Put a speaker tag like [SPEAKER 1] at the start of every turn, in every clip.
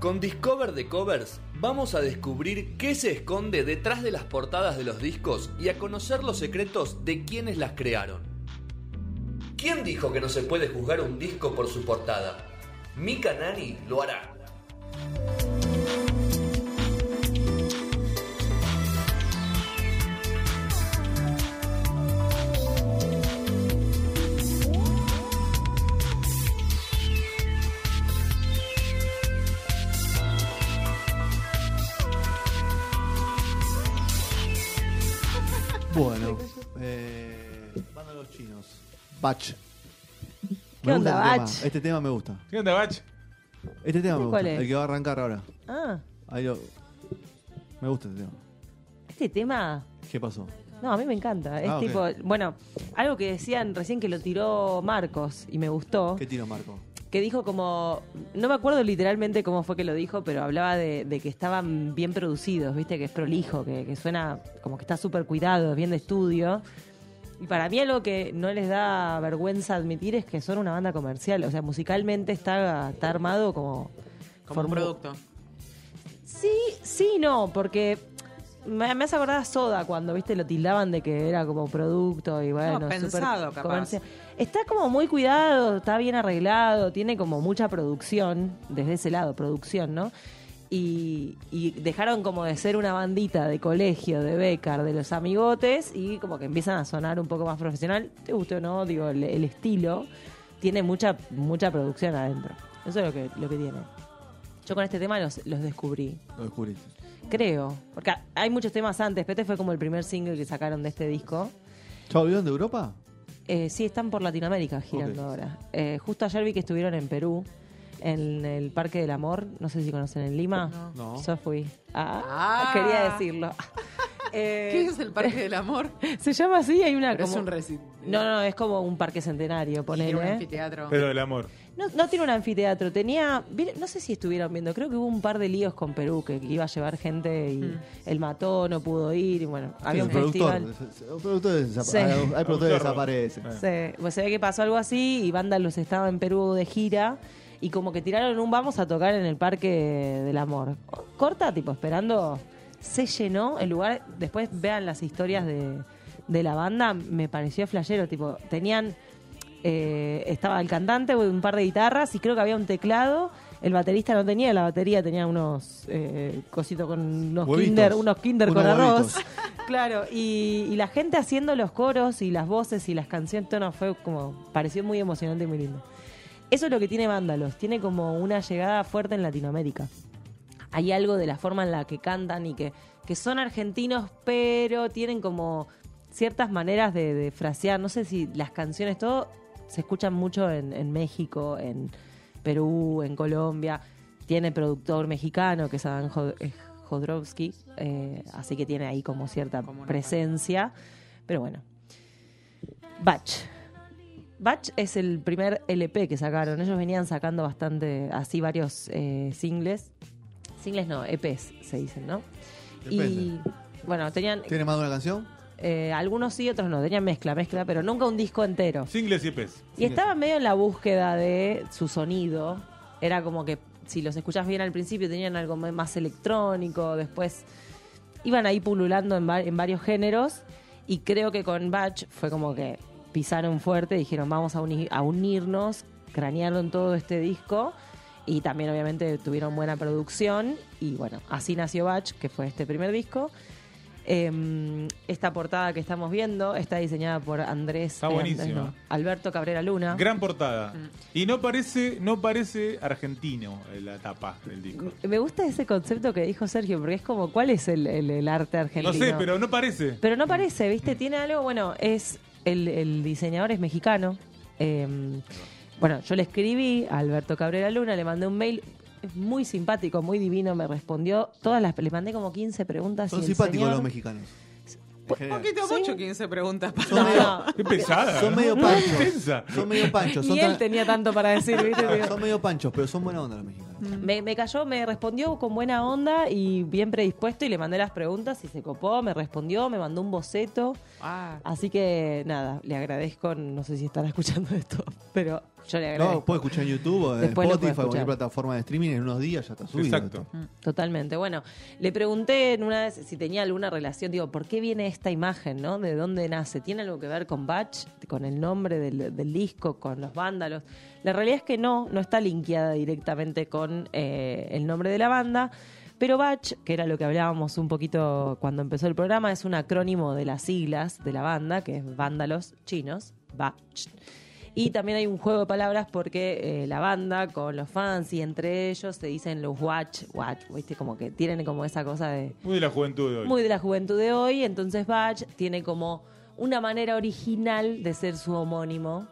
[SPEAKER 1] Con Discover de Covers vamos a descubrir qué se esconde detrás de las portadas de los discos y a conocer los secretos de quienes las crearon. ¿Quién dijo que no se puede juzgar un disco por su portada? Mika Nani lo hará.
[SPEAKER 2] Bueno, eh, Banda de los chinos. Batch.
[SPEAKER 3] ¿Qué onda,
[SPEAKER 2] gusta el
[SPEAKER 3] Batch?
[SPEAKER 2] tema. Este tema me gusta.
[SPEAKER 4] ¿Qué onda, Bach?
[SPEAKER 2] Este tema me gusta.
[SPEAKER 3] ¿Cuál es?
[SPEAKER 2] El que va a arrancar ahora.
[SPEAKER 3] Ah,
[SPEAKER 2] Ahí lo- Me gusta este tema.
[SPEAKER 3] este tema.
[SPEAKER 2] ¿Qué pasó?
[SPEAKER 3] No, a mí me encanta. Es
[SPEAKER 2] Ah, ok.
[SPEAKER 3] tipo, bueno, algo que decían recién que lo tiró Marcos y me gustó.
[SPEAKER 2] ¿Qué tiro, Marco?
[SPEAKER 3] que dijo como, no me acuerdo literalmente cómo fue que lo dijo, pero hablaba de, de que estaban bien producidos, viste, que es prolijo, que, que suena como que está súper cuidado, es bien de estudio. Y para mí algo que no les da vergüenza admitir es que son una banda comercial, o sea, musicalmente está, está armado como...
[SPEAKER 5] Como un
[SPEAKER 3] formu-
[SPEAKER 5] producto.
[SPEAKER 3] Sí, sí, no, porque me, me hace acordar a Soda cuando, viste, lo tildaban de que era como producto y bueno, súper
[SPEAKER 5] pensado, capaz.
[SPEAKER 3] comercial. Está como muy cuidado, está bien arreglado, tiene como mucha producción, desde ese lado, producción, ¿no? Y, y dejaron como de ser una bandita de colegio, de Becar, de los amigotes, y como que empiezan a sonar un poco más profesional, te guste o no, digo, el, el estilo tiene mucha, mucha producción adentro. Eso es lo que, lo que tiene. Yo con este tema los, los descubrí.
[SPEAKER 2] Lo descubriste.
[SPEAKER 3] Creo. Porque ha- hay muchos temas antes, pero este fue como el primer single que sacaron de este disco.
[SPEAKER 2] ¿Ya volvieron de Europa?
[SPEAKER 3] Eh, sí, están por Latinoamérica girando
[SPEAKER 2] Ok.
[SPEAKER 3] ahora. Eh, justo ayer vi que estuvieron en Perú, en el Parque del Amor. No sé si conocen en Lima.
[SPEAKER 2] No. No.
[SPEAKER 3] Yo fui. Ah,
[SPEAKER 5] Ah.
[SPEAKER 3] quería decirlo. Eh,
[SPEAKER 5] ¿Qué es el Parque del Amor?
[SPEAKER 3] Se llama así, hay una
[SPEAKER 5] Pero es
[SPEAKER 3] como-
[SPEAKER 5] un recital.
[SPEAKER 3] No, no, es como un parque centenario,
[SPEAKER 5] Tiene un
[SPEAKER 3] ponele.
[SPEAKER 5] anfiteatro.
[SPEAKER 4] Pero el amor.
[SPEAKER 3] No, no tiene un anfiteatro, tenía, vi- no sé si estuvieron viendo, creo que hubo un par de líos con Perú que iba a llevar gente y
[SPEAKER 5] Mm.
[SPEAKER 3] él mató, no pudo ir, y bueno, había
[SPEAKER 2] Sí,
[SPEAKER 3] un festival.
[SPEAKER 2] productor. Se- se- un productor desapa-
[SPEAKER 3] Sí.
[SPEAKER 2] Hay hay productores que
[SPEAKER 4] Autor.
[SPEAKER 2] desaparecen.
[SPEAKER 4] Eh.
[SPEAKER 3] Se, pues se ve que pasó algo así y Banda los estaba en Perú de gira y como que tiraron un vamos a tocar en el Parque del Amor. Corta, tipo, esperando, se llenó el lugar, después vean las historias de, de la banda, me pareció flashero, tipo, tenían... eh, estaba el cantante, un par de guitarras y creo que había un teclado. El baterista no tenía la batería, tenía unos eh, cositos con unos
[SPEAKER 2] Huevitos.
[SPEAKER 3] kinder, unos kinder con
[SPEAKER 2] Unos
[SPEAKER 3] arroz.
[SPEAKER 2] huevitos.
[SPEAKER 3] Claro, y, y la gente haciendo los coros y las voces y las canciones, todo no, fue como, pareció muy emocionante y muy lindo. Eso es lo que tiene Vándalos, tiene como una llegada fuerte en Latinoamérica. Hay algo de la forma en la que cantan y que, que son argentinos, pero tienen como ciertas maneras de, de frasear, no sé si las canciones, todo se escuchan mucho en, en México, en Perú, en Colombia. Tiene productor mexicano que es Adán Jod- eh, Jodorowsky, eh, así que tiene ahí como cierta
[SPEAKER 5] Como una
[SPEAKER 3] presencia. Pero bueno. Batch. Batch es el primer LP que sacaron. Ellos venían sacando bastante, así varios eh, singles. Singles no, EPs se dicen, ¿no? Y
[SPEAKER 2] Depende.
[SPEAKER 3] bueno, tenían
[SPEAKER 2] ¿Tiene más de una canción?
[SPEAKER 3] eh, algunos sí, otros no, tenían mezcla, mezcla, pero nunca un disco entero.
[SPEAKER 4] Singles y EPs.
[SPEAKER 3] Y estaba medio en la búsqueda de su sonido. Era como que si los escuchás bien al principio tenían algo me- más electrónico, después iban ahí pululando en, va- en varios géneros y creo que con Batch fue como que pisaron fuerte, dijeron vamos a, uni- a unirnos, cranearon todo este disco y también obviamente tuvieron buena producción y bueno, así nació Batch, que fue este primer disco. Em, esta portada que estamos viendo está diseñada por Andrés,
[SPEAKER 4] Está
[SPEAKER 3] Andrés,
[SPEAKER 4] buenísima.
[SPEAKER 3] no, Alberto Cabrera Luna.
[SPEAKER 4] Gran portada.
[SPEAKER 3] Mm.
[SPEAKER 4] Y no parece, no parece argentino eh, la tapa del disco.
[SPEAKER 3] Me gusta ese concepto que dijo Sergio, porque es como, ¿cuál es el, el- el arte argentino?
[SPEAKER 4] No sé, pero no parece.
[SPEAKER 3] Pero no parece, ¿viste? Tiene algo, bueno, es el, el diseñador es mexicano. Eh, bueno, yo le escribí a Alberto Cabrera Luna, le mandé un mail es muy simpático, muy divino, me respondió todas las, le mandé como 15 preguntas. y
[SPEAKER 2] Son
[SPEAKER 3] el
[SPEAKER 2] simpáticos
[SPEAKER 3] señor-
[SPEAKER 2] los mexicanos. En
[SPEAKER 5] Un
[SPEAKER 2] general.
[SPEAKER 5] poquito
[SPEAKER 3] Sí.
[SPEAKER 5] mucho quien se pregunta.
[SPEAKER 2] Son medio-
[SPEAKER 3] No,
[SPEAKER 4] Qué pesada.
[SPEAKER 2] Son
[SPEAKER 4] ¿no?
[SPEAKER 2] medio
[SPEAKER 4] Qué
[SPEAKER 2] panchos.
[SPEAKER 4] intensa.
[SPEAKER 2] Son medio panchos. Son
[SPEAKER 3] Y él
[SPEAKER 2] tan-
[SPEAKER 3] tenía tanto para decir, ¿viste?
[SPEAKER 2] Son medio panchos, pero son buena onda los mexicanos.
[SPEAKER 3] Me, me cayó, me respondió con buena onda y bien predispuesto y le mandé las preguntas y se copó, me respondió, me mandó un boceto.
[SPEAKER 5] Ah,
[SPEAKER 3] Así que nada, le agradezco, no sé si estará escuchando esto, pero yo le agradezco.
[SPEAKER 2] No, puede escuchar en YouTube, o en
[SPEAKER 3] Después lo puede
[SPEAKER 2] Spotify, o cualquier
[SPEAKER 3] escuchar.
[SPEAKER 2] plataforma de streaming. En unos días ya está subido.
[SPEAKER 4] Exacto.
[SPEAKER 3] Totalmente. Bueno, le pregunté en una vez si tenía alguna relación, digo, ¿por qué viene esta imagen, no? ¿De dónde nace? ¿Tiene algo que ver con Batch, con el nombre del, del disco, con los vándalos? La realidad es que no, no está linkeada directamente con eh, el nombre de la banda. Pero Batch, que era lo que hablábamos un poquito cuando empezó el programa, es un acrónimo de las siglas de la banda, que es Vándalos Chinos, Batch. Y también hay un juego de palabras porque eh, la banda con los fans y entre ellos se dicen los watch, watch, ¿viste? Como que tienen como esa cosa de
[SPEAKER 4] Muy de la juventud de hoy.
[SPEAKER 3] muy de la juventud de hoy. Entonces Batch tiene como una manera original de ser su homónimo,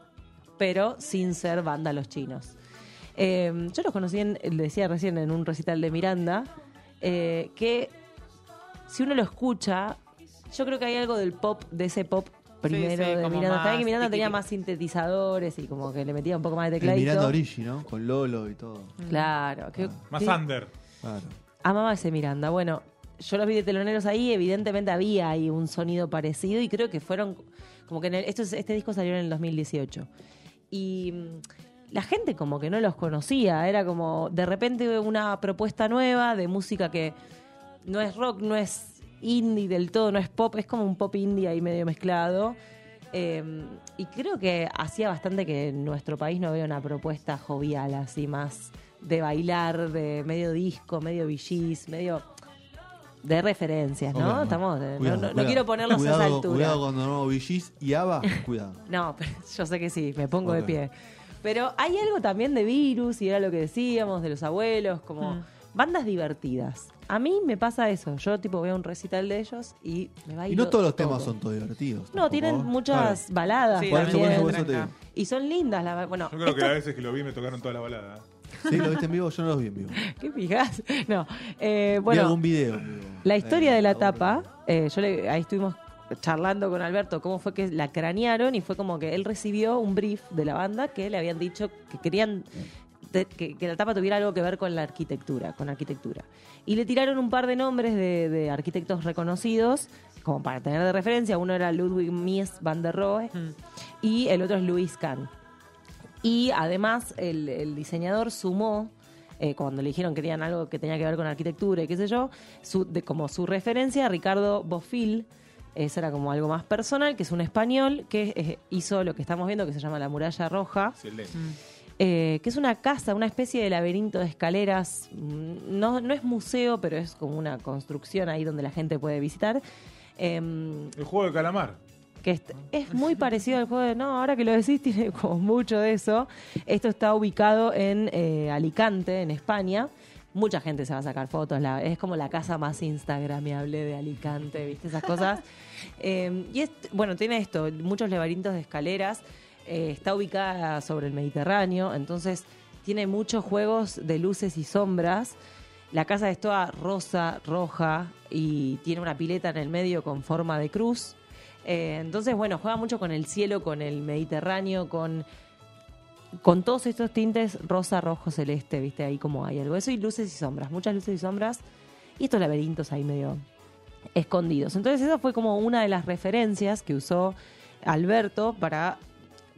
[SPEAKER 3] pero sin ser banda los chinos. Eh, yo los conocí, en, decía recién, en un recital de Miranda, eh, que si uno lo escucha, yo creo que hay algo del pop, de ese pop primero
[SPEAKER 5] sí,
[SPEAKER 3] de
[SPEAKER 5] como
[SPEAKER 3] Miranda. También que
[SPEAKER 5] más
[SPEAKER 3] Miranda tenía
[SPEAKER 5] tiquití.
[SPEAKER 3] más sintetizadores y como que le metía un poco más de
[SPEAKER 2] El
[SPEAKER 3] tecladito.
[SPEAKER 2] Miranda Origi, ¿no? Con Lolo y todo.
[SPEAKER 3] Claro.
[SPEAKER 5] Ah,
[SPEAKER 3] que-
[SPEAKER 4] Más
[SPEAKER 3] que-
[SPEAKER 4] under.
[SPEAKER 2] Claro.
[SPEAKER 3] Amaba ese Miranda. Bueno, yo los vi de teloneros ahí, evidentemente había ahí un sonido parecido y creo que fueron como que en el- esto es- este disco salió en el 2018 y mm, la gente como que no los conocía, era como de repente una propuesta nueva de música que no es rock, no es indie del todo, no es pop, es como un pop indie ahí medio mezclado. Eh, y creo que hacía bastante que en nuestro país no había una propuesta jovial así más de bailar, de medio disco, medio VGs, medio de referencias, ¿no?
[SPEAKER 2] Obviamente.
[SPEAKER 3] Estamos, eh, no-
[SPEAKER 2] Cuidado,
[SPEAKER 3] no, no
[SPEAKER 2] cuidado.
[SPEAKER 3] quiero ponerlos
[SPEAKER 2] cuidado,
[SPEAKER 3] a esa altura.
[SPEAKER 2] Cuidado con Nuevo VGs y ABBA, cuidado.
[SPEAKER 3] No, pero yo sé que sí, me pongo
[SPEAKER 2] Ok.
[SPEAKER 3] de pie. Pero hay algo también de virus, y era lo que decíamos, de los abuelos, como
[SPEAKER 4] Mm.
[SPEAKER 3] bandas divertidas. A mí me pasa eso. Yo, tipo, veo un recital de ellos y me bailo.
[SPEAKER 2] Y no todos los
[SPEAKER 3] todo.
[SPEAKER 2] temas son todos divertidos.
[SPEAKER 3] No,
[SPEAKER 2] tampoco,
[SPEAKER 3] tienen
[SPEAKER 2] ¿eh?
[SPEAKER 3] muchas
[SPEAKER 2] Claro.
[SPEAKER 3] baladas
[SPEAKER 5] Sí,
[SPEAKER 2] Por eso, por
[SPEAKER 3] también.
[SPEAKER 2] eso, por eso te digo.
[SPEAKER 5] Tranca.
[SPEAKER 3] Y son lindas las. ba- Bueno,
[SPEAKER 4] Yo creo que
[SPEAKER 3] esto-
[SPEAKER 4] las veces que lo vi me tocaron toda la balada. ¿eh?
[SPEAKER 2] Sí, lo viste en vivo, yo no los vi en vivo.
[SPEAKER 3] ¿Qué fijas? No. eh,
[SPEAKER 2] vi
[SPEAKER 3] bueno,
[SPEAKER 2] algún video. en vivo.
[SPEAKER 3] La historia
[SPEAKER 2] Eh,
[SPEAKER 3] de la
[SPEAKER 2] ahora.
[SPEAKER 3] tapa, eh, yo le- ahí estuvimos charlando con Alberto cómo fue que la cranearon y fue como que él recibió un brief de la banda que le habían dicho que querían te- que, que la tapa tuviera algo que ver con la arquitectura, con arquitectura. Y le tiraron un par de nombres de, de arquitectos reconocidos, como para tener de referencia. Uno era Ludwig Mies van der Rohe y el otro es Luis Kahn. Y además el, el diseñador sumó, eh, cuando le dijeron que querían algo que tenía que ver con arquitectura y qué sé yo, su- de- como su referencia a Ricardo Bofil, eso era como algo más personal, que es un español que eh, hizo lo que estamos viendo que se llama la muralla roja
[SPEAKER 4] Excelente.
[SPEAKER 3] eh, que es una casa, una especie de laberinto de escaleras. Mm, No, no es museo, pero es como una construcción ahí donde la gente puede visitar. Em,
[SPEAKER 4] El juego de calamar.
[SPEAKER 3] que es, es muy parecido al juego de... No, ahora que lo decís, tiene como mucho de eso. Esto está ubicado en eh, Alicante, en España. Mucha gente se va a sacar fotos. la- es como la casa más instagrameable de Alicante, ¿viste? Esas cosas. Eh, y es- bueno, tiene esto, muchos laberintos de escaleras. eh, está ubicada sobre el Mediterráneo, entonces tiene muchos juegos de luces y sombras. La casa es toda rosa, roja y tiene una pileta en el medio con forma de cruz. Eh, entonces, bueno, juega mucho con el cielo, con el Mediterráneo, con, con todos estos tintes rosa, rojo, celeste, ¿viste? Ahí como hay algo. Eso y luces y sombras, muchas luces y sombras. Y estos laberintos ahí medio escondidos. Entonces, esa fue como una de las referencias que usó Alberto para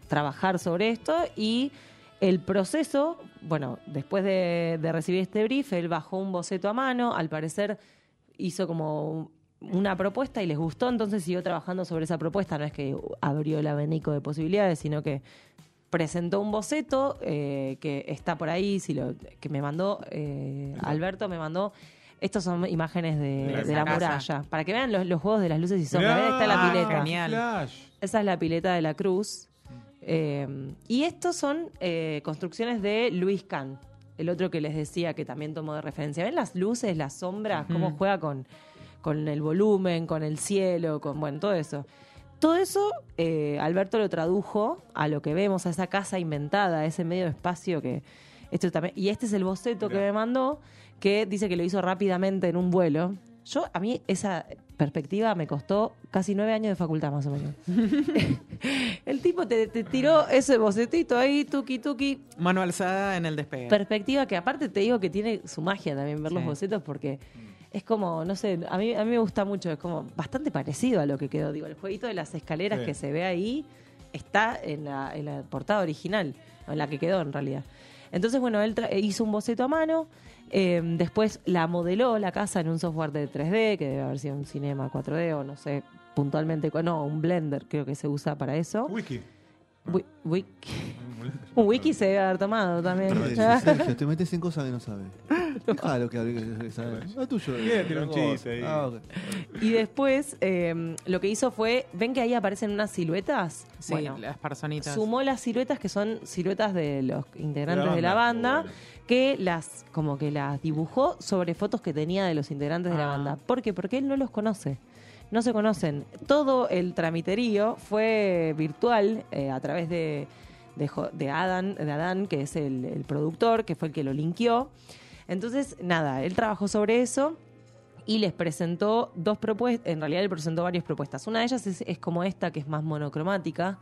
[SPEAKER 3] trabajar sobre esto y el proceso, bueno, después de, de recibir este brief, él bajó un boceto a mano, al parecer hizo como una propuesta y les gustó, entonces siguió trabajando sobre esa propuesta, no es que abrió el abanico de posibilidades, sino que presentó un boceto eh, que está por ahí, si lo, que me mandó, eh, Alberto me mandó, estas son imágenes de,
[SPEAKER 4] De la
[SPEAKER 3] de la
[SPEAKER 5] casa.
[SPEAKER 3] muralla, para que vean los, los juegos de las luces y sombras, Ahí está la
[SPEAKER 4] Mirá, Ah,
[SPEAKER 3] pileta.
[SPEAKER 5] genial.
[SPEAKER 4] Flash.
[SPEAKER 3] Esa es la pileta de la Cruz. Eh, y estos son eh, construcciones de Luis Kahn, el otro que les decía que también tomó de referencia. ¿Ven las luces, las sombras, cómo
[SPEAKER 5] Ujú.
[SPEAKER 3] juega con, con el volumen, con el cielo, con bueno, todo eso? Todo eso eh, Alberto lo tradujo a lo que vemos, a esa casa inventada, a ese medio espacio que... Esto también, y este es el boceto que
[SPEAKER 4] Mirá.
[SPEAKER 3] me mandó, que dice que lo hizo rápidamente en un vuelo. Yo, a mí, esa, perspectiva me costó casi nueve años de facultad, más o menos. el tipo te, te tiró ese bocetito ahí, tuki tuki.
[SPEAKER 5] Mano alzada en el despegue.
[SPEAKER 3] Perspectiva que aparte te digo que tiene su magia también ver los
[SPEAKER 5] Sí.
[SPEAKER 3] bocetos porque es como, no sé, a mí, a mí me gusta mucho, es como bastante parecido a lo que quedó. Digo, el jueguito de las escaleras
[SPEAKER 4] Sí.
[SPEAKER 3] que se ve ahí está en la, en la portada original, o en la que quedó en realidad. Entonces, bueno, él tra- hizo un boceto a mano, eh, después la modeló la casa en un software de 3D, que debe haber sido un cinema 4D o no sé puntualmente, cu- no, un Blender creo que se usa para eso.
[SPEAKER 4] Wiki.
[SPEAKER 3] Wi- wiki- un wiki se debe haber tomado también.
[SPEAKER 2] Sergio, te metes en cosas que no sabes. Ah, lo que habría que saber. No tuyo.
[SPEAKER 4] Bien, tiene un
[SPEAKER 2] otra cosa.
[SPEAKER 4] chiste ahí.
[SPEAKER 2] Ah, ok.
[SPEAKER 3] Y después eh, lo que hizo fue, ¿ven que ahí aparecen unas siluetas?
[SPEAKER 5] Sí,
[SPEAKER 3] bueno,
[SPEAKER 5] las personitas.
[SPEAKER 3] sumó las siluetas que son siluetas de los integrantes de la
[SPEAKER 4] banda,
[SPEAKER 3] banda,
[SPEAKER 4] bueno.
[SPEAKER 3] que las como que las dibujó sobre fotos que tenía de los integrantes de la
[SPEAKER 5] Ah.
[SPEAKER 3] banda. ¿Por qué? Porque él no los conoce. No se conocen. Todo el tramiterío fue virtual eh, a través de, de, Jo- de Adán, de Adán, que es el, el productor, que fue el que lo linkeó. Entonces, nada, él trabajó sobre eso y les presentó dos propuestas, en realidad él presentó varias propuestas. Una de ellas es, es como esta, que es más monocromática,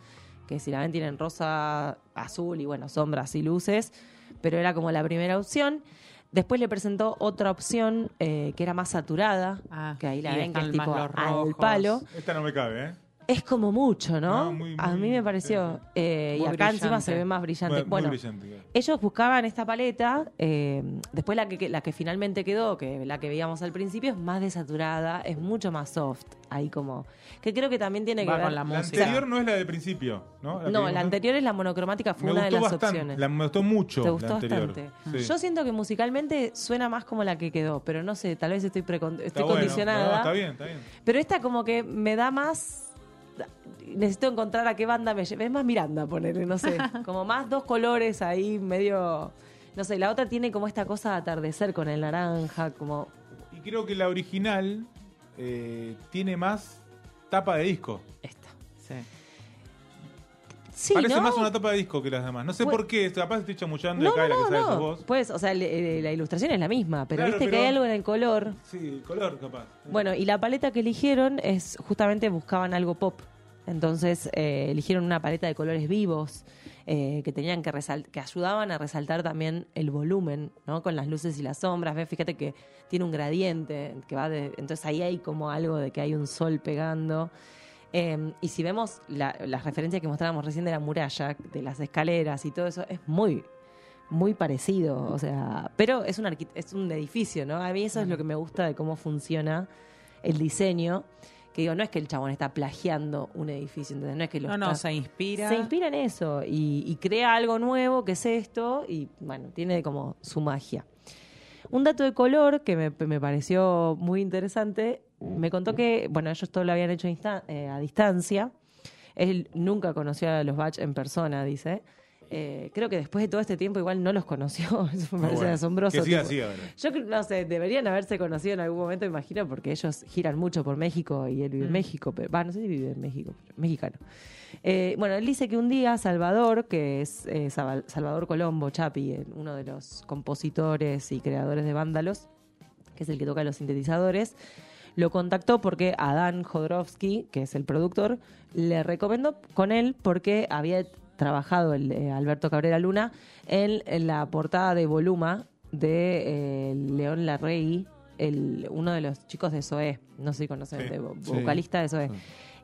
[SPEAKER 3] que si la ven tienen rosa, azul y bueno, sombras y luces, pero era como la primera opción. Después le presentó otra opción eh, que era más saturada,
[SPEAKER 5] Ah,
[SPEAKER 3] que ahí la
[SPEAKER 5] y
[SPEAKER 3] ven que es
[SPEAKER 5] están
[SPEAKER 3] tipo
[SPEAKER 5] más los
[SPEAKER 3] al
[SPEAKER 5] rojos.
[SPEAKER 3] palo.
[SPEAKER 4] Esta no me cabe, ¿eh?
[SPEAKER 3] Es como mucho, ¿no?
[SPEAKER 4] No, Ah, muy,
[SPEAKER 3] A
[SPEAKER 4] muy-
[SPEAKER 3] mí me pareció.
[SPEAKER 4] sí, sí.
[SPEAKER 3] eh, y
[SPEAKER 5] Muy
[SPEAKER 3] acá encima
[SPEAKER 5] brillante.
[SPEAKER 3] se ve más brillante.
[SPEAKER 4] Muy- muy
[SPEAKER 3] bueno,
[SPEAKER 4] brillante, claro.
[SPEAKER 3] ellos buscaban esta paleta, eh, después la que- que, la que finalmente quedó, que la que veíamos al principio, es más desaturada, es mucho más soft, ahí como... Que creo que también tiene
[SPEAKER 5] Va
[SPEAKER 3] que ver...
[SPEAKER 5] con la
[SPEAKER 4] La
[SPEAKER 5] música.
[SPEAKER 4] anterior no es la del principio, ¿no? que
[SPEAKER 3] no,
[SPEAKER 4] vimos
[SPEAKER 3] la anterior es la monocromática, fue
[SPEAKER 4] Me
[SPEAKER 3] una de
[SPEAKER 4] gustó
[SPEAKER 3] las
[SPEAKER 4] bastante.
[SPEAKER 3] opciones.
[SPEAKER 4] La, me gustó mucho.
[SPEAKER 3] Te gustó
[SPEAKER 4] la anterior.
[SPEAKER 3] bastante.
[SPEAKER 4] Sí.
[SPEAKER 3] Yo siento que musicalmente suena más como la que quedó, pero no sé, tal vez estoy, precon-
[SPEAKER 4] Está
[SPEAKER 3] estoy
[SPEAKER 4] bueno.
[SPEAKER 3] condicionada.
[SPEAKER 4] No, está bien, está bien.
[SPEAKER 3] Pero esta como que me da más... Necesito encontrar a qué banda me lleve. Es más Miranda, ponerle, no sé. Como más dos colores ahí, medio... No sé, la otra tiene como esta cosa de atardecer con el naranja, como...
[SPEAKER 4] Y creo que la original eh, tiene más tapa de disco.
[SPEAKER 3] Esta.
[SPEAKER 5] Sí.
[SPEAKER 3] Sí,
[SPEAKER 4] Parece
[SPEAKER 3] ¿no?
[SPEAKER 4] más una tapa de disco que las demás. No sé
[SPEAKER 3] Bueno.
[SPEAKER 4] por qué, capaz estoy chamullando
[SPEAKER 3] no, no,
[SPEAKER 4] acá y la que
[SPEAKER 3] no,
[SPEAKER 4] sabes sos
[SPEAKER 3] no.
[SPEAKER 4] vos.
[SPEAKER 3] Pues, o sea, le- eh, la ilustración es la misma, pero
[SPEAKER 4] Claro,
[SPEAKER 3] viste que
[SPEAKER 4] pero-
[SPEAKER 3] hay algo en el color.
[SPEAKER 4] Sí, el color capaz.
[SPEAKER 3] Bueno, y la paleta que eligieron es justamente buscaban algo pop. Entonces eh, eligieron una paleta de colores vivos eh, que tenían que resal- que ayudaban a resaltar también el volumen, ¿no? Con las luces y las sombras. ¿Ves? Fíjate que tiene un gradiente que va de. Entonces ahí hay como algo de que hay un sol pegando. Eh, y si vemos la, las referencias que mostrábamos recién de la muralla, de las escaleras y todo eso, es muy, muy parecido. O sea, pero es un, arqui- es un edificio, ¿no? A mí eso es lo que me gusta de cómo funciona el diseño. Que digo, no es que el chabón está plagiando un edificio, ¿entendés? No es que lo
[SPEAKER 5] No, no,
[SPEAKER 3] está-
[SPEAKER 5] se inspira.
[SPEAKER 3] se inspira en eso y, y crea algo nuevo que es esto y bueno, tiene como su magia. Un dato de color que me, me pareció muy interesante, me contó que, bueno, ellos todo lo habían hecho insta- eh, a distancia, él nunca conoció a los Bach en persona, dice. Eh, creo que después de todo este tiempo igual no los conoció, eso me
[SPEAKER 4] Muy
[SPEAKER 3] parece
[SPEAKER 4] Ah, bueno.
[SPEAKER 3] asombroso.
[SPEAKER 4] Que siga
[SPEAKER 3] tipo.
[SPEAKER 4] así ahora.
[SPEAKER 3] Yo creo- no sé, deberían haberse conocido en algún momento, imagino, porque ellos giran mucho por México y él vive en México, pero va, no sé si vive en México, pero mexicano. Eh, bueno, él dice que un día Salvador, que es eh, Saba- Salvador Colombo Chapi, eh, uno de los compositores y creadores de Vándalos, que es el que toca los sintetizadores, lo contactó porque Adán Jodorowsky, que es el productor, le recomendó con él porque había trabajado el, eh, Alberto Cabrera Luna en, en la portada de Voluma de eh, León Larrey, el, uno de los chicos de SOE, no sé si conocen,
[SPEAKER 4] Sí.
[SPEAKER 3] de vo-
[SPEAKER 2] Sí.
[SPEAKER 3] vocalista de SOE.
[SPEAKER 2] Sí.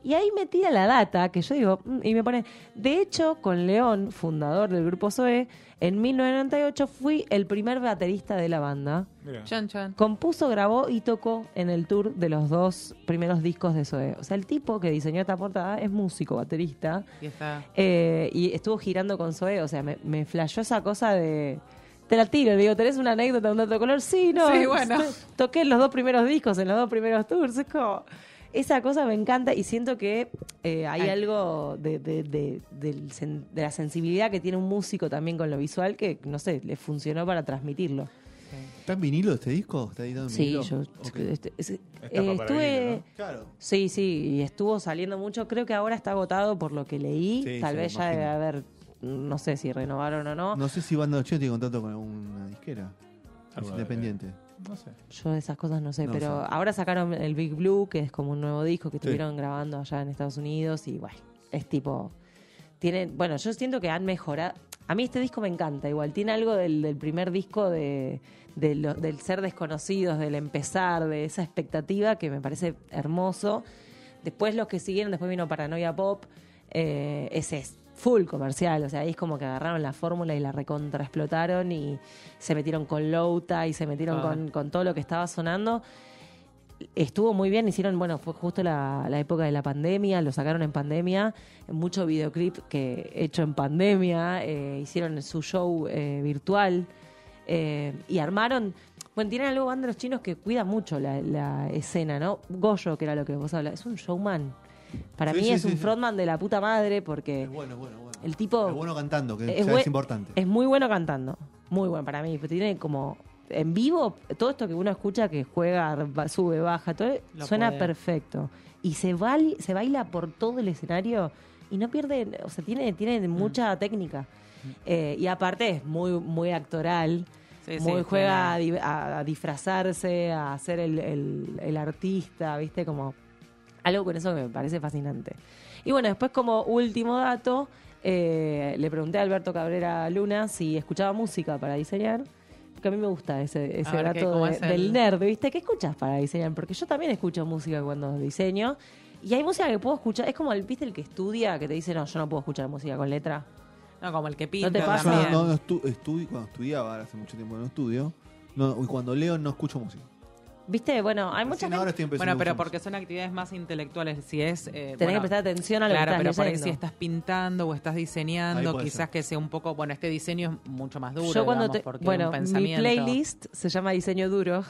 [SPEAKER 3] Y ahí me tira la data que yo digo, mm, y me pone, de hecho, con León, fundador del grupo SOE, en 1998 fui el primer baterista de la banda.
[SPEAKER 4] Mira.
[SPEAKER 5] Chan, chan.
[SPEAKER 3] Compuso, grabó y tocó en el tour de los dos primeros discos de Zoe. O sea, el tipo que diseñó esta portada es músico, baterista,
[SPEAKER 5] Y está.
[SPEAKER 3] eh, y estuvo girando con Zoe. O sea, me, me flashó esa cosa de. Te la tiro, le digo, ¿tenés una anécdota de un otro color? Sí, no.
[SPEAKER 5] Sí, bueno.
[SPEAKER 3] estoy- Toqué en los dos primeros discos, en los dos primeros tours. Es como. Esa cosa me encanta y siento que eh, hay
[SPEAKER 5] Ay.
[SPEAKER 3] algo de, de- de- del sen- de la sensibilidad que tiene un músico también con lo visual que, no sé, le funcionó para transmitirlo.
[SPEAKER 2] ¿Está en vinilo este disco? ¿Está editado en
[SPEAKER 3] Sí,
[SPEAKER 2] vinilo?
[SPEAKER 3] yo
[SPEAKER 2] Ok.
[SPEAKER 3] este- es-
[SPEAKER 4] para
[SPEAKER 3] eh, estuve.
[SPEAKER 4] vinilo, ¿no?
[SPEAKER 2] Claro.
[SPEAKER 3] Sí, sí, y estuvo saliendo mucho. Creo que ahora está agotado por lo que leí.
[SPEAKER 2] Sí,
[SPEAKER 3] Tal
[SPEAKER 2] sí,
[SPEAKER 3] vez
[SPEAKER 2] me
[SPEAKER 3] ya debe
[SPEAKER 2] imagino.
[SPEAKER 3] haber, no sé si renovaron o no.
[SPEAKER 2] No sé si Banda 80 tiene contrato con alguna disquera. Es
[SPEAKER 4] Alguna
[SPEAKER 2] independiente.
[SPEAKER 4] No sé.
[SPEAKER 3] Yo de esas cosas no sé,
[SPEAKER 2] No,
[SPEAKER 3] pero
[SPEAKER 2] yo-
[SPEAKER 3] ahora sacaron el Big Blue, que es como un nuevo disco que
[SPEAKER 2] Sí.
[SPEAKER 3] estuvieron grabando allá en Estados Unidos y bueno, es tipo... Tienen, bueno, yo siento que han mejorado... A mí este disco me encanta, igual tiene algo del, del primer disco de, de lo- del ser desconocidos, del empezar, de esa expectativa que me parece hermoso. Después los que siguieron, después vino Paranoia Pop, eh, ese es full comercial, o sea, ahí es como que agarraron la fórmula y la recontra explotaron y se metieron con Louta y se metieron
[SPEAKER 5] Ah.
[SPEAKER 3] con, con todo lo que estaba sonando. Estuvo muy bien, hicieron, bueno, fue justo la, la época de la pandemia, lo sacaron en pandemia, mucho videoclip que hecho en pandemia, eh, hicieron su show eh, virtual eh, y armaron, bueno, tienen algo banda los chinos que cuida mucho la, la escena, ¿no? Goyo, que era lo que vos hablas, es un showman. Para
[SPEAKER 2] Sí,
[SPEAKER 3] mí
[SPEAKER 2] sí,
[SPEAKER 3] es
[SPEAKER 2] sí,
[SPEAKER 3] un
[SPEAKER 2] sí.
[SPEAKER 3] frontman de la puta madre porque...
[SPEAKER 2] Es bueno, es bueno, es bueno.
[SPEAKER 3] El tipo-
[SPEAKER 2] Es bueno cantando, que ya es,
[SPEAKER 3] buen-
[SPEAKER 2] importante.
[SPEAKER 3] es muy bueno cantando. Muy bueno para mí. pero Tiene como. En vivo, todo esto que uno escucha que juega, ba- sube, baja, todo
[SPEAKER 5] Lo
[SPEAKER 3] suena
[SPEAKER 5] puede.
[SPEAKER 3] perfecto. Y se, bail- se baila por todo el escenario y no pierde. O sea, tiene, tiene
[SPEAKER 5] Mm.
[SPEAKER 3] mucha técnica. Eh, y aparte es muy, muy actoral.
[SPEAKER 5] Sí, sí,
[SPEAKER 3] muy juega a,
[SPEAKER 5] tiene-
[SPEAKER 3] di- a- a disfrazarse, a ser el, el- el artista, ¿viste? Como algo con eso que me parece fascinante. Y bueno, después como último dato, eh, le pregunté a Alberto Cabrera Luna si escuchaba música para diseñar. Que a mí me gusta ese, ese
[SPEAKER 5] A ver, ¿qué?
[SPEAKER 3] dato
[SPEAKER 5] ¿Cómo
[SPEAKER 3] de-
[SPEAKER 5] es el-
[SPEAKER 3] del nerd, ¿viste? ¿Qué escuchas para diseñar? Porque yo también escucho música cuando diseño. Y hay música que puedo escuchar. Es como el, ¿viste? El que estudia, que te dice, no, yo no puedo escuchar música con letra.
[SPEAKER 5] No, como el que pinta
[SPEAKER 3] te pasa?
[SPEAKER 2] Yo no,
[SPEAKER 5] también.
[SPEAKER 2] no- no estu- estu- cuando estudiaba, ahora hace mucho tiempo que no estudio, no, y cuando leo no escucho música.
[SPEAKER 3] ¿Viste? Bueno, hay mucha
[SPEAKER 2] Recién
[SPEAKER 3] gente...
[SPEAKER 2] ahora estoy empezando
[SPEAKER 5] Bueno,
[SPEAKER 2] a
[SPEAKER 5] pero
[SPEAKER 2] escuchar
[SPEAKER 5] porque son actividades más intelectuales. Si es. eh,
[SPEAKER 3] Tenés que
[SPEAKER 5] bueno,
[SPEAKER 3] prestar atención a lo
[SPEAKER 5] Claro,
[SPEAKER 3] que
[SPEAKER 5] pero
[SPEAKER 3] estás
[SPEAKER 5] por ahí
[SPEAKER 3] leyendo.
[SPEAKER 5] si estás pintando o estás
[SPEAKER 2] Ahí
[SPEAKER 5] diseñando,
[SPEAKER 2] puede
[SPEAKER 5] quizás
[SPEAKER 2] ser.
[SPEAKER 5] que sea un poco. Bueno, este diseño es mucho más duro.
[SPEAKER 3] Yo cuando
[SPEAKER 5] digamos,
[SPEAKER 3] te-
[SPEAKER 5] porque
[SPEAKER 3] bueno,
[SPEAKER 5] un
[SPEAKER 3] mi
[SPEAKER 5] pensamiento.
[SPEAKER 3] playlist se llama diseño duro.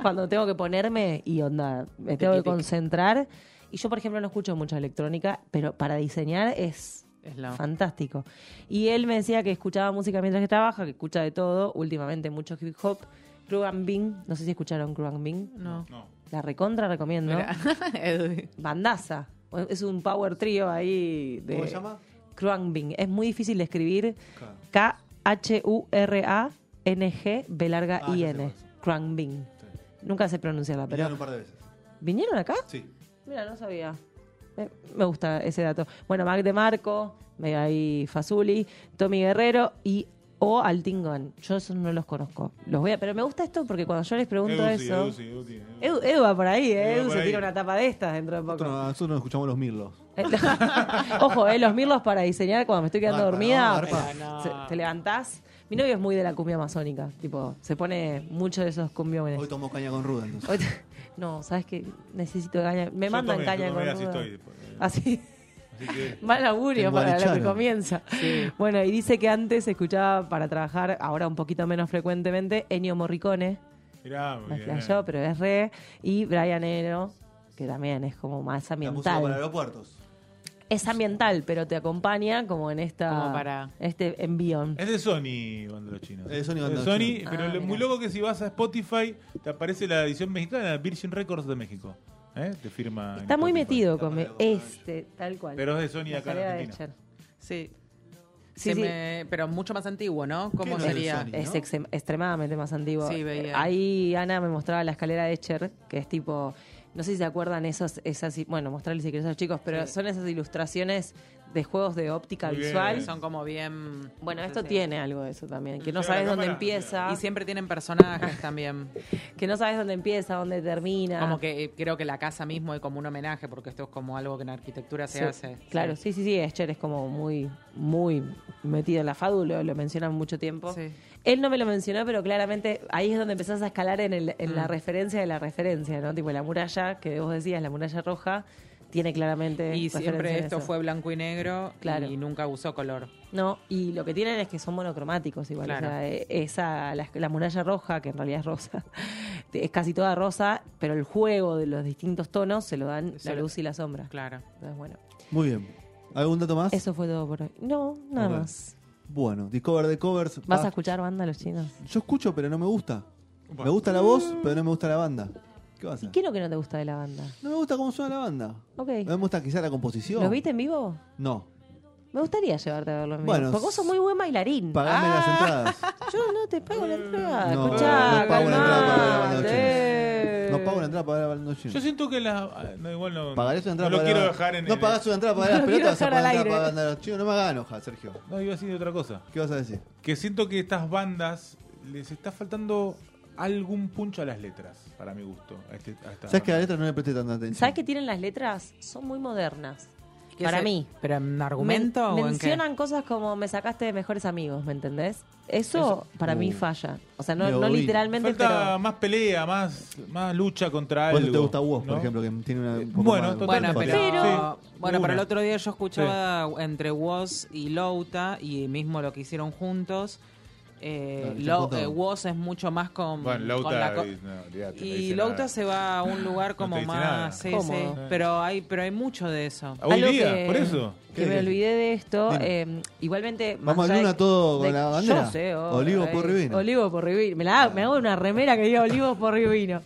[SPEAKER 3] cuando tengo que ponerme y onda, me tengo que
[SPEAKER 5] Tiqui, tiqui.
[SPEAKER 3] concentrar. Y yo, por ejemplo, no escucho mucha electrónica, pero para diseñar es
[SPEAKER 5] Es lo-
[SPEAKER 3] fantástico. Y él me decía que escuchaba música mientras que trabaja, que escucha de todo, últimamente mucho hip hop. Krug and Bing, no sé si escucharon Krug and Bing.
[SPEAKER 5] No.
[SPEAKER 4] No.
[SPEAKER 3] La recontra recomiendo.
[SPEAKER 5] Mira, Edu,
[SPEAKER 3] Bandaza. Es un power trio ahí de
[SPEAKER 2] ¿Cómo se llama?
[SPEAKER 3] Krug and Bing. Es muy difícil de escribir.
[SPEAKER 2] Claro.
[SPEAKER 3] K-H-U-R-A-N-G, B larga
[SPEAKER 2] Ah, ya sé
[SPEAKER 3] I-N.
[SPEAKER 2] cuál es.
[SPEAKER 3] Krangbin.
[SPEAKER 2] Sí.
[SPEAKER 3] Nunca sé pronunciarla,
[SPEAKER 2] Miraron
[SPEAKER 3] Ah, pero.
[SPEAKER 2] un par de veces.
[SPEAKER 3] ¿Vinieron acá?
[SPEAKER 2] Sí.
[SPEAKER 3] Mira, no sabía. Eh, Me gusta ese dato. Bueno, Mac de Marco, Megai Fazuli, Tommy Guerrero y O Altingon. Yo esos no los conozco. Los voy a. Pero me gusta esto porque cuando yo les pregunto
[SPEAKER 4] Edu, sí,
[SPEAKER 3] eso.
[SPEAKER 4] Edu, sí, Edu, sí, Edu.
[SPEAKER 3] Edu, Edu va por ahí, ¿eh?
[SPEAKER 4] Edu va
[SPEAKER 3] Edu
[SPEAKER 4] por
[SPEAKER 3] se
[SPEAKER 4] ahí.
[SPEAKER 3] tira una tapa de estas dentro de poco.
[SPEAKER 2] Nosotros, nosotros nos escuchamos los Mirlos.
[SPEAKER 3] Ojo, eh, los mirlos para diseñar cuando me estoy quedando
[SPEAKER 4] Ah,
[SPEAKER 2] Arpa,
[SPEAKER 3] dormida. eh,
[SPEAKER 2] no, arpa.
[SPEAKER 5] No.
[SPEAKER 3] se- te levantás. Mi novio es muy de la cumbia amazónica. Tipo, se pone mucho de esos cumbiones.
[SPEAKER 2] Hoy tomó caña con Ruda, entonces.
[SPEAKER 3] Hoy te- No, ¿sabes qué? Necesito caña. Me
[SPEAKER 4] Yo
[SPEAKER 3] mandan
[SPEAKER 4] tomé, yo
[SPEAKER 3] caña
[SPEAKER 4] tomé,
[SPEAKER 3] con
[SPEAKER 4] así
[SPEAKER 3] ruda.
[SPEAKER 4] estoy, después, eh.
[SPEAKER 3] Así.
[SPEAKER 4] Así que.
[SPEAKER 3] Mal augurio
[SPEAKER 2] Tengo
[SPEAKER 3] para lo que
[SPEAKER 2] arechano.
[SPEAKER 3] comienza. Bueno, y dice que antes escuchaba para trabajar, ahora un poquito menos frecuentemente, Ennio Morricone.
[SPEAKER 4] Mirá, muy
[SPEAKER 3] Me
[SPEAKER 4] bien. eh.
[SPEAKER 3] flashó, pero es re. Y Brian Eno, que también es como más
[SPEAKER 2] La música
[SPEAKER 3] ambiental
[SPEAKER 2] para aeropuertos.
[SPEAKER 3] es ambiental, pero te acompaña como en esta
[SPEAKER 5] Como para-
[SPEAKER 3] este envión.
[SPEAKER 4] Es de Sony, Banda de los Chinos.
[SPEAKER 2] Es de Sony, Banda de los
[SPEAKER 4] Sony,
[SPEAKER 2] Chinos.
[SPEAKER 4] pero
[SPEAKER 3] Ah,
[SPEAKER 4] lo- muy
[SPEAKER 3] mirá.
[SPEAKER 4] loco que si vas a Spotify, te aparece la edición mexicana, Virgin Records de México. ¿Eh? Te firma.
[SPEAKER 3] Está
[SPEAKER 4] en
[SPEAKER 3] muy
[SPEAKER 4] Spotify.
[SPEAKER 3] metido
[SPEAKER 2] Está
[SPEAKER 3] con
[SPEAKER 2] para el
[SPEAKER 3] este, tal cual.
[SPEAKER 4] Pero es de Sony
[SPEAKER 3] La
[SPEAKER 4] acá en
[SPEAKER 3] tarea de
[SPEAKER 4] Argentina.
[SPEAKER 3] Cher.
[SPEAKER 5] Sí.
[SPEAKER 3] Sí,
[SPEAKER 5] Se
[SPEAKER 3] sí.
[SPEAKER 5] me- pero mucho más antiguo, ¿no? ¿Cómo
[SPEAKER 2] no es de
[SPEAKER 5] sería?
[SPEAKER 2] Sony?
[SPEAKER 3] Es
[SPEAKER 2] ¿no?
[SPEAKER 3] ex- extremadamente más antiguo.
[SPEAKER 5] Sí,
[SPEAKER 3] Eh,
[SPEAKER 5] veía.
[SPEAKER 3] Ahí Ana me mostraba la escalera de Cher, que es tipo, no sé si se acuerdan esos, esas, bueno, mostrarles si querés a los chicos, pero
[SPEAKER 5] Sí.
[SPEAKER 3] son esas ilustraciones de juegos de óptica
[SPEAKER 4] Muy bien.
[SPEAKER 3] visual.
[SPEAKER 5] Son como bien.
[SPEAKER 3] Bueno,
[SPEAKER 5] no sé
[SPEAKER 3] esto
[SPEAKER 5] si-
[SPEAKER 3] tiene algo de eso también, que no
[SPEAKER 4] Lleva la
[SPEAKER 3] sabes dónde
[SPEAKER 4] cámara.
[SPEAKER 3] empieza,
[SPEAKER 5] Y siempre tienen personajes también.
[SPEAKER 3] que no sabes dónde empieza, dónde termina.
[SPEAKER 5] Como que eh, creo que la casa mismo es como un homenaje, porque esto es como algo que en arquitectura se
[SPEAKER 3] Sí,
[SPEAKER 5] hace.
[SPEAKER 3] Claro, sí, sí, sí. Escher es como muy, muy metido en la fábula, lo mencionan mucho tiempo.
[SPEAKER 5] Sí.
[SPEAKER 3] Él no me lo mencionó, pero claramente ahí es donde empezás a escalar en, el- en la
[SPEAKER 5] Mm.
[SPEAKER 3] referencia de la referencia, ¿no? Tipo la muralla que vos decías, la muralla roja, tiene claramente.
[SPEAKER 5] Y siempre
[SPEAKER 3] referencia en
[SPEAKER 5] esto
[SPEAKER 3] eso.
[SPEAKER 5] fue blanco y negro
[SPEAKER 3] Claro.
[SPEAKER 5] y nunca usó color.
[SPEAKER 3] No, y lo que tienen es que son monocromáticos igual.
[SPEAKER 5] Claro.
[SPEAKER 3] O sea, eh, esa, la, la muralla roja, que en realidad es rosa, es casi toda rosa, pero el juego de los distintos tonos se lo dan
[SPEAKER 5] Se
[SPEAKER 3] la
[SPEAKER 5] lo-
[SPEAKER 3] luz y la sombra.
[SPEAKER 5] Claro.
[SPEAKER 3] Entonces, bueno,
[SPEAKER 2] Muy bien. ¿Algún dato más?
[SPEAKER 3] eso fue todo por hoy. No, nada
[SPEAKER 2] Ok.
[SPEAKER 3] más.
[SPEAKER 2] Bueno, Discover de Covers.
[SPEAKER 3] ¿Vas
[SPEAKER 2] va-
[SPEAKER 3] a escuchar banda los chinos?
[SPEAKER 2] Yo escucho, pero no me gusta.
[SPEAKER 4] Upa.
[SPEAKER 2] Me gusta la voz, pero no me gusta la banda. ¿Qué pasa?
[SPEAKER 3] ¿Qué es lo que no te gusta de la banda?
[SPEAKER 2] No me gusta cómo suena la banda.
[SPEAKER 3] Ok.
[SPEAKER 2] No me gusta quizá la composición.
[SPEAKER 3] ¿Los viste en vivo?
[SPEAKER 2] No.
[SPEAKER 3] Me gustaría llevarte a verlo en vivo.
[SPEAKER 2] Bueno,
[SPEAKER 3] porque vos sos muy buen bailarín.
[SPEAKER 2] Pagame las
[SPEAKER 3] Ah.
[SPEAKER 2] entradas.
[SPEAKER 3] Yo no te pago la entrada.
[SPEAKER 2] No,
[SPEAKER 3] Escuchá,
[SPEAKER 2] no pago la entrada para la noche.
[SPEAKER 3] calmate.
[SPEAKER 2] No pago la entrada para ver la noche.
[SPEAKER 4] Yo siento que la. ah, No, igual no.
[SPEAKER 2] Pagaré su entrada
[SPEAKER 4] No lo
[SPEAKER 2] para-
[SPEAKER 4] quiero dejar en.
[SPEAKER 2] No
[SPEAKER 4] en-
[SPEAKER 2] pagás su entrada para las
[SPEAKER 3] No quiero
[SPEAKER 2] pelotas, vas a
[SPEAKER 3] dejar
[SPEAKER 2] pagar
[SPEAKER 3] al
[SPEAKER 2] entrada
[SPEAKER 3] aire.
[SPEAKER 2] para andar a los chicos. No me hagas enojar, Sergio.
[SPEAKER 4] No, iba a decir otra cosa.
[SPEAKER 2] ¿Qué vas a decir?
[SPEAKER 4] Que siento que estas bandas les está faltando algún puncho a las letras, para mi gusto. A este, a estas
[SPEAKER 2] ¿Sabes que a la
[SPEAKER 4] bandas.
[SPEAKER 2] letra no le presté tanta atención?
[SPEAKER 3] ¿Sabes qué tienen las letras? Son muy modernas.
[SPEAKER 5] ¿Qué
[SPEAKER 3] Para
[SPEAKER 5] es-
[SPEAKER 3] mí.
[SPEAKER 5] ¿Pero en
[SPEAKER 3] Men-
[SPEAKER 5] argumento o en qué?
[SPEAKER 3] mencionan cosas como me sacaste de mejores amigos, ¿me entendés? Eso, para
[SPEAKER 2] Uh.
[SPEAKER 3] mí falla. O sea, no,
[SPEAKER 2] Lo
[SPEAKER 3] no
[SPEAKER 2] vi.
[SPEAKER 3] literalmente,
[SPEAKER 4] Falta
[SPEAKER 3] pero.
[SPEAKER 4] más pelea, más, más lucha contra
[SPEAKER 2] ¿Cuánto
[SPEAKER 4] algo.
[SPEAKER 2] te gusta vos, por
[SPEAKER 4] ¿no?
[SPEAKER 2] ejemplo, que tiene una. un
[SPEAKER 4] Eh,
[SPEAKER 2] poco
[SPEAKER 4] bueno,
[SPEAKER 2] más-
[SPEAKER 4] total,
[SPEAKER 5] Bueno,
[SPEAKER 2] más
[SPEAKER 5] pero,
[SPEAKER 2] fácil?
[SPEAKER 3] Pero-
[SPEAKER 5] bueno, pero el
[SPEAKER 4] Una.
[SPEAKER 5] otro día yo escuchaba entre Woz y Louta y mismo lo que hicieron juntos. Eh,
[SPEAKER 2] Ah,
[SPEAKER 5] Lo-
[SPEAKER 2] juntos.
[SPEAKER 5] eh, Woz es mucho más con,
[SPEAKER 4] Bueno,
[SPEAKER 5] con la
[SPEAKER 4] Lauta.
[SPEAKER 5] co-
[SPEAKER 4] no, olvídate, no
[SPEAKER 5] y
[SPEAKER 4] dice
[SPEAKER 5] Louta
[SPEAKER 4] nada.
[SPEAKER 5] se va a un lugar
[SPEAKER 4] te
[SPEAKER 5] como
[SPEAKER 4] dice nada.
[SPEAKER 5] más sí, sí,
[SPEAKER 3] Cómodo.
[SPEAKER 5] pero hay pero hay mucho de eso.
[SPEAKER 4] Hoy
[SPEAKER 3] Algo
[SPEAKER 4] día,
[SPEAKER 3] que-
[SPEAKER 4] por eso.
[SPEAKER 3] Que me olvidé de esto.
[SPEAKER 2] Dime.
[SPEAKER 3] eh, igualmente.
[SPEAKER 2] Vamos
[SPEAKER 3] más
[SPEAKER 2] al
[SPEAKER 3] allá
[SPEAKER 2] Luna
[SPEAKER 3] de-
[SPEAKER 2] todo con
[SPEAKER 3] de-
[SPEAKER 2] la bandera.
[SPEAKER 3] Yo sé, oh,
[SPEAKER 2] Olivo
[SPEAKER 3] eh,
[SPEAKER 2] por Rivino.
[SPEAKER 3] Olivo por Rivino. Me, la, me hago una remera que diga Olivo por Rivino.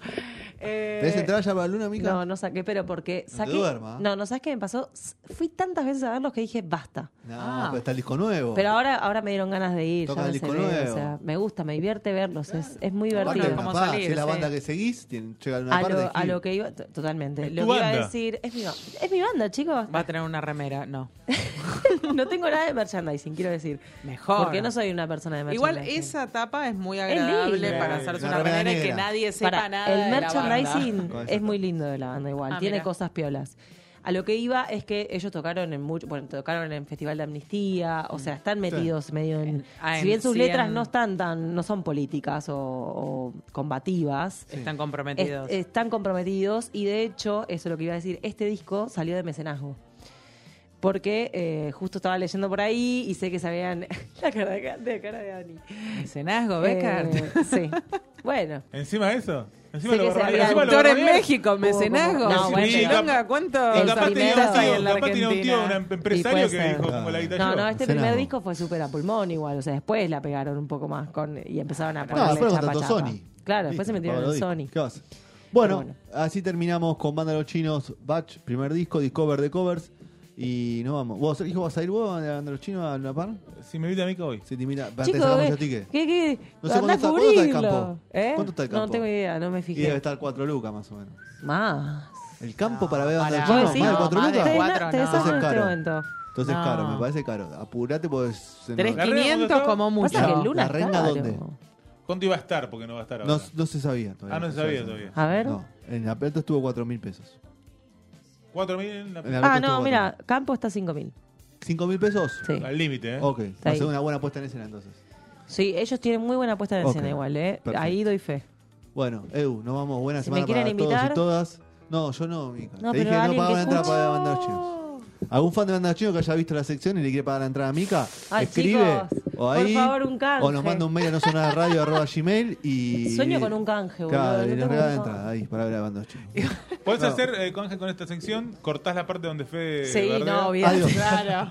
[SPEAKER 3] Eh,
[SPEAKER 2] ¿Tenés entrada ya para la luna, mica?
[SPEAKER 3] No, no saqué, pero porque
[SPEAKER 2] te
[SPEAKER 3] saqué.
[SPEAKER 2] duermas.
[SPEAKER 3] no, no sabes qué me pasó. S- Fui tantas veces a verlos que dije basta.
[SPEAKER 2] No,
[SPEAKER 5] Ah.
[SPEAKER 2] pero está el disco nuevo.
[SPEAKER 3] Pero ahora, ahora me dieron ganas de ir.
[SPEAKER 2] Toca
[SPEAKER 3] ya
[SPEAKER 2] el
[SPEAKER 3] me,
[SPEAKER 2] disco
[SPEAKER 3] se ve,
[SPEAKER 2] nuevo.
[SPEAKER 3] o sea, me gusta, me divierte verlos. Es, es muy
[SPEAKER 2] Aparte,
[SPEAKER 3] divertido.
[SPEAKER 5] Bueno,
[SPEAKER 2] una
[SPEAKER 5] vamos
[SPEAKER 2] paz,
[SPEAKER 5] a salir,
[SPEAKER 2] si es la
[SPEAKER 5] sí.
[SPEAKER 2] banda que seguís, tienen, llega a una
[SPEAKER 3] a,
[SPEAKER 2] parte. de
[SPEAKER 3] lo, a
[SPEAKER 2] giro.
[SPEAKER 3] lo que iba, t- totalmente.
[SPEAKER 4] Es
[SPEAKER 3] Lo
[SPEAKER 4] tu
[SPEAKER 3] que iba a
[SPEAKER 4] banda.
[SPEAKER 3] decir, es mi, ba- es mi banda, chicos.
[SPEAKER 5] Va a tener una remera, no.
[SPEAKER 3] no tengo nada de merchandising, quiero decir.
[SPEAKER 5] Mejor.
[SPEAKER 3] Porque no soy una persona de merchandising.
[SPEAKER 5] Igual esa tapa es muy
[SPEAKER 3] lindo.
[SPEAKER 5] agradable para
[SPEAKER 4] Sí,
[SPEAKER 5] hacerse
[SPEAKER 2] una
[SPEAKER 5] una
[SPEAKER 2] remera
[SPEAKER 5] remera y que
[SPEAKER 2] negra.
[SPEAKER 5] nadie sepa
[SPEAKER 3] Pará,
[SPEAKER 5] nada.
[SPEAKER 3] El
[SPEAKER 5] de la banda.
[SPEAKER 3] merchandising
[SPEAKER 2] Con eso
[SPEAKER 3] es
[SPEAKER 2] está.
[SPEAKER 3] muy lindo de la banda igual,
[SPEAKER 5] Ah,
[SPEAKER 3] tiene
[SPEAKER 5] mirá.
[SPEAKER 3] cosas piolas. A lo que iba es que ellos tocaron en mucho, bueno, tocaron en Festival de Amnistía, o sea, están metidos medio en,
[SPEAKER 5] Ah, en
[SPEAKER 3] si bien sus
[SPEAKER 5] sí,
[SPEAKER 3] letras
[SPEAKER 5] en-
[SPEAKER 3] no están tan no son políticas o, o combativas,
[SPEAKER 5] Están
[SPEAKER 3] es-
[SPEAKER 5] comprometidos.
[SPEAKER 3] están comprometidos y de hecho, eso es lo que iba a decir, este disco salió de mecenazgo. Porque eh, justo estaba leyendo por ahí y sé que sabían la cara de, la cara de Ani.
[SPEAKER 5] Mecenazgo, Beckard.
[SPEAKER 3] Eh, sí. Bueno,
[SPEAKER 4] Encima de eso. Encima
[SPEAKER 3] Sé
[SPEAKER 4] lo
[SPEAKER 3] que se
[SPEAKER 4] barra-
[SPEAKER 3] había-
[SPEAKER 4] encima lo
[SPEAKER 5] Actor
[SPEAKER 4] barra
[SPEAKER 5] en
[SPEAKER 4] bien.
[SPEAKER 5] México, mecenazgo.
[SPEAKER 3] No,
[SPEAKER 5] Sí,
[SPEAKER 3] bueno,
[SPEAKER 5] sí,
[SPEAKER 4] cap-
[SPEAKER 5] Longa, ¿cuánto?
[SPEAKER 4] Y
[SPEAKER 3] El
[SPEAKER 4] capaz tenía
[SPEAKER 3] primero
[SPEAKER 4] un
[SPEAKER 5] hay
[SPEAKER 4] tío,
[SPEAKER 5] en la
[SPEAKER 4] capaz tenía un tío, un
[SPEAKER 5] Argentina?
[SPEAKER 4] em-
[SPEAKER 3] Y
[SPEAKER 4] empresario
[SPEAKER 3] puede
[SPEAKER 4] que
[SPEAKER 3] ser.
[SPEAKER 4] dijo como la guitarra.
[SPEAKER 3] No, no, este primer
[SPEAKER 2] Cenado.
[SPEAKER 3] disco fue súper a pulmón igual, o sea, después la pegaron un poco más con y empezaron a
[SPEAKER 2] No,
[SPEAKER 3] ponerle
[SPEAKER 2] después
[SPEAKER 3] chapa,
[SPEAKER 2] contrató
[SPEAKER 3] chapa.
[SPEAKER 2] Sony.
[SPEAKER 3] Claro, después se
[SPEAKER 2] Listo,
[SPEAKER 3] metieron
[SPEAKER 2] Pablo
[SPEAKER 3] en
[SPEAKER 2] Di.
[SPEAKER 3] Sony.
[SPEAKER 2] ¿Qué vas? Bueno,
[SPEAKER 3] Bueno.
[SPEAKER 2] así terminamos con Banda Los Chinos, Batch, primer disco, Discover de Covers. Y no vamos. ¿Vos, hijo, vas a ir vos de Banda Los Chinos a Luna Par?
[SPEAKER 4] Si me invita a mí que voy.
[SPEAKER 2] Sí, te mira, te
[SPEAKER 3] Chicos,
[SPEAKER 2] sacamos
[SPEAKER 3] ¿qué-
[SPEAKER 2] el ticket.
[SPEAKER 3] eh, ¿qué, qué?
[SPEAKER 2] No sé cuánto
[SPEAKER 3] Andá a
[SPEAKER 2] está- cuánto está el
[SPEAKER 3] cubrirlo,
[SPEAKER 2] campo.
[SPEAKER 3] ¿eh?
[SPEAKER 2] ¿Cuánto está el
[SPEAKER 3] No
[SPEAKER 2] campo?
[SPEAKER 3] tengo idea, no me
[SPEAKER 2] Y debe
[SPEAKER 3] fijé.
[SPEAKER 2] estar 4 lucas más o menos.
[SPEAKER 3] Más. Ah,
[SPEAKER 2] El campo para ver Banda
[SPEAKER 5] pará.
[SPEAKER 2] Los
[SPEAKER 5] ¿Vos
[SPEAKER 2] Chinos,
[SPEAKER 5] decís?
[SPEAKER 2] Ah, más de
[SPEAKER 5] No,
[SPEAKER 2] 4
[SPEAKER 5] más de
[SPEAKER 2] lucas.
[SPEAKER 5] cuatro.
[SPEAKER 3] Te
[SPEAKER 5] no.
[SPEAKER 3] desarmo en este
[SPEAKER 2] Caro.
[SPEAKER 3] momento.
[SPEAKER 2] Entonces
[SPEAKER 5] No.
[SPEAKER 2] caro, me parece caro. Apurate porque se nos-
[SPEAKER 4] La
[SPEAKER 5] 3.500
[SPEAKER 4] remera,
[SPEAKER 5] como mucho.
[SPEAKER 3] Pasa que el
[SPEAKER 2] ¿La
[SPEAKER 3] Luna es
[SPEAKER 2] renga
[SPEAKER 3] caro.
[SPEAKER 2] dónde?
[SPEAKER 4] ¿Cuánto iba a estar? Porque no va a estar ahora.
[SPEAKER 2] no, no se sabía todavía.
[SPEAKER 4] Ah, no se sabía todavía.
[SPEAKER 3] A ver.
[SPEAKER 2] No, en la plata estuvo 4 mil pesos.
[SPEAKER 4] Cuatro mil en la-
[SPEAKER 2] En la
[SPEAKER 3] Ah,
[SPEAKER 2] Alberto
[SPEAKER 3] no,
[SPEAKER 2] estuvo
[SPEAKER 3] mira, Campo está 5.000.
[SPEAKER 2] 5 mil pesos.
[SPEAKER 3] Sí.
[SPEAKER 4] al límite, ¿eh?
[SPEAKER 2] Ok, va a
[SPEAKER 3] ahí.
[SPEAKER 2] ser una buena apuesta en escena entonces.
[SPEAKER 3] Sí, ellos tienen muy buena puesta en
[SPEAKER 2] Ok,
[SPEAKER 3] escena igual, ¿eh?
[SPEAKER 2] perfecto.
[SPEAKER 3] Ahí doy fe.
[SPEAKER 2] Bueno, Eu, nos vamos. Buena
[SPEAKER 3] Si
[SPEAKER 2] semana
[SPEAKER 3] me quieren
[SPEAKER 2] para todos y
[SPEAKER 3] invitar.
[SPEAKER 2] todas. No, yo no, Mica.
[SPEAKER 3] No,
[SPEAKER 2] Te
[SPEAKER 3] pero
[SPEAKER 2] dije que no
[SPEAKER 3] alguien
[SPEAKER 2] pagaba la
[SPEAKER 3] que
[SPEAKER 2] entrada
[SPEAKER 3] escuche.
[SPEAKER 2] para Banda de los Chinos. ¿Algún fan de Banda de los Chinos que haya visto la sección y le quiere pagar la entrada a Mica?
[SPEAKER 3] Ay,
[SPEAKER 2] escribe.
[SPEAKER 3] chicos,
[SPEAKER 2] o
[SPEAKER 3] por
[SPEAKER 2] ahí.
[SPEAKER 3] favor, un canje.
[SPEAKER 2] O nos manda un mail a no sonar radio arroba gmail y.
[SPEAKER 3] Sueño con un canje, boludo,
[SPEAKER 2] Claro,
[SPEAKER 3] no
[SPEAKER 2] y
[SPEAKER 3] tengo
[SPEAKER 2] nos regala la
[SPEAKER 3] cómo.
[SPEAKER 2] entrada ahí para ver a Banda de los Chinos.
[SPEAKER 4] Podés
[SPEAKER 2] No.
[SPEAKER 4] hacer, eh, Ángel, con esta sección, cortás la parte donde Fede
[SPEAKER 5] Sí,
[SPEAKER 4] bardea.
[SPEAKER 5] no, bien,
[SPEAKER 2] Adiós.
[SPEAKER 5] claro.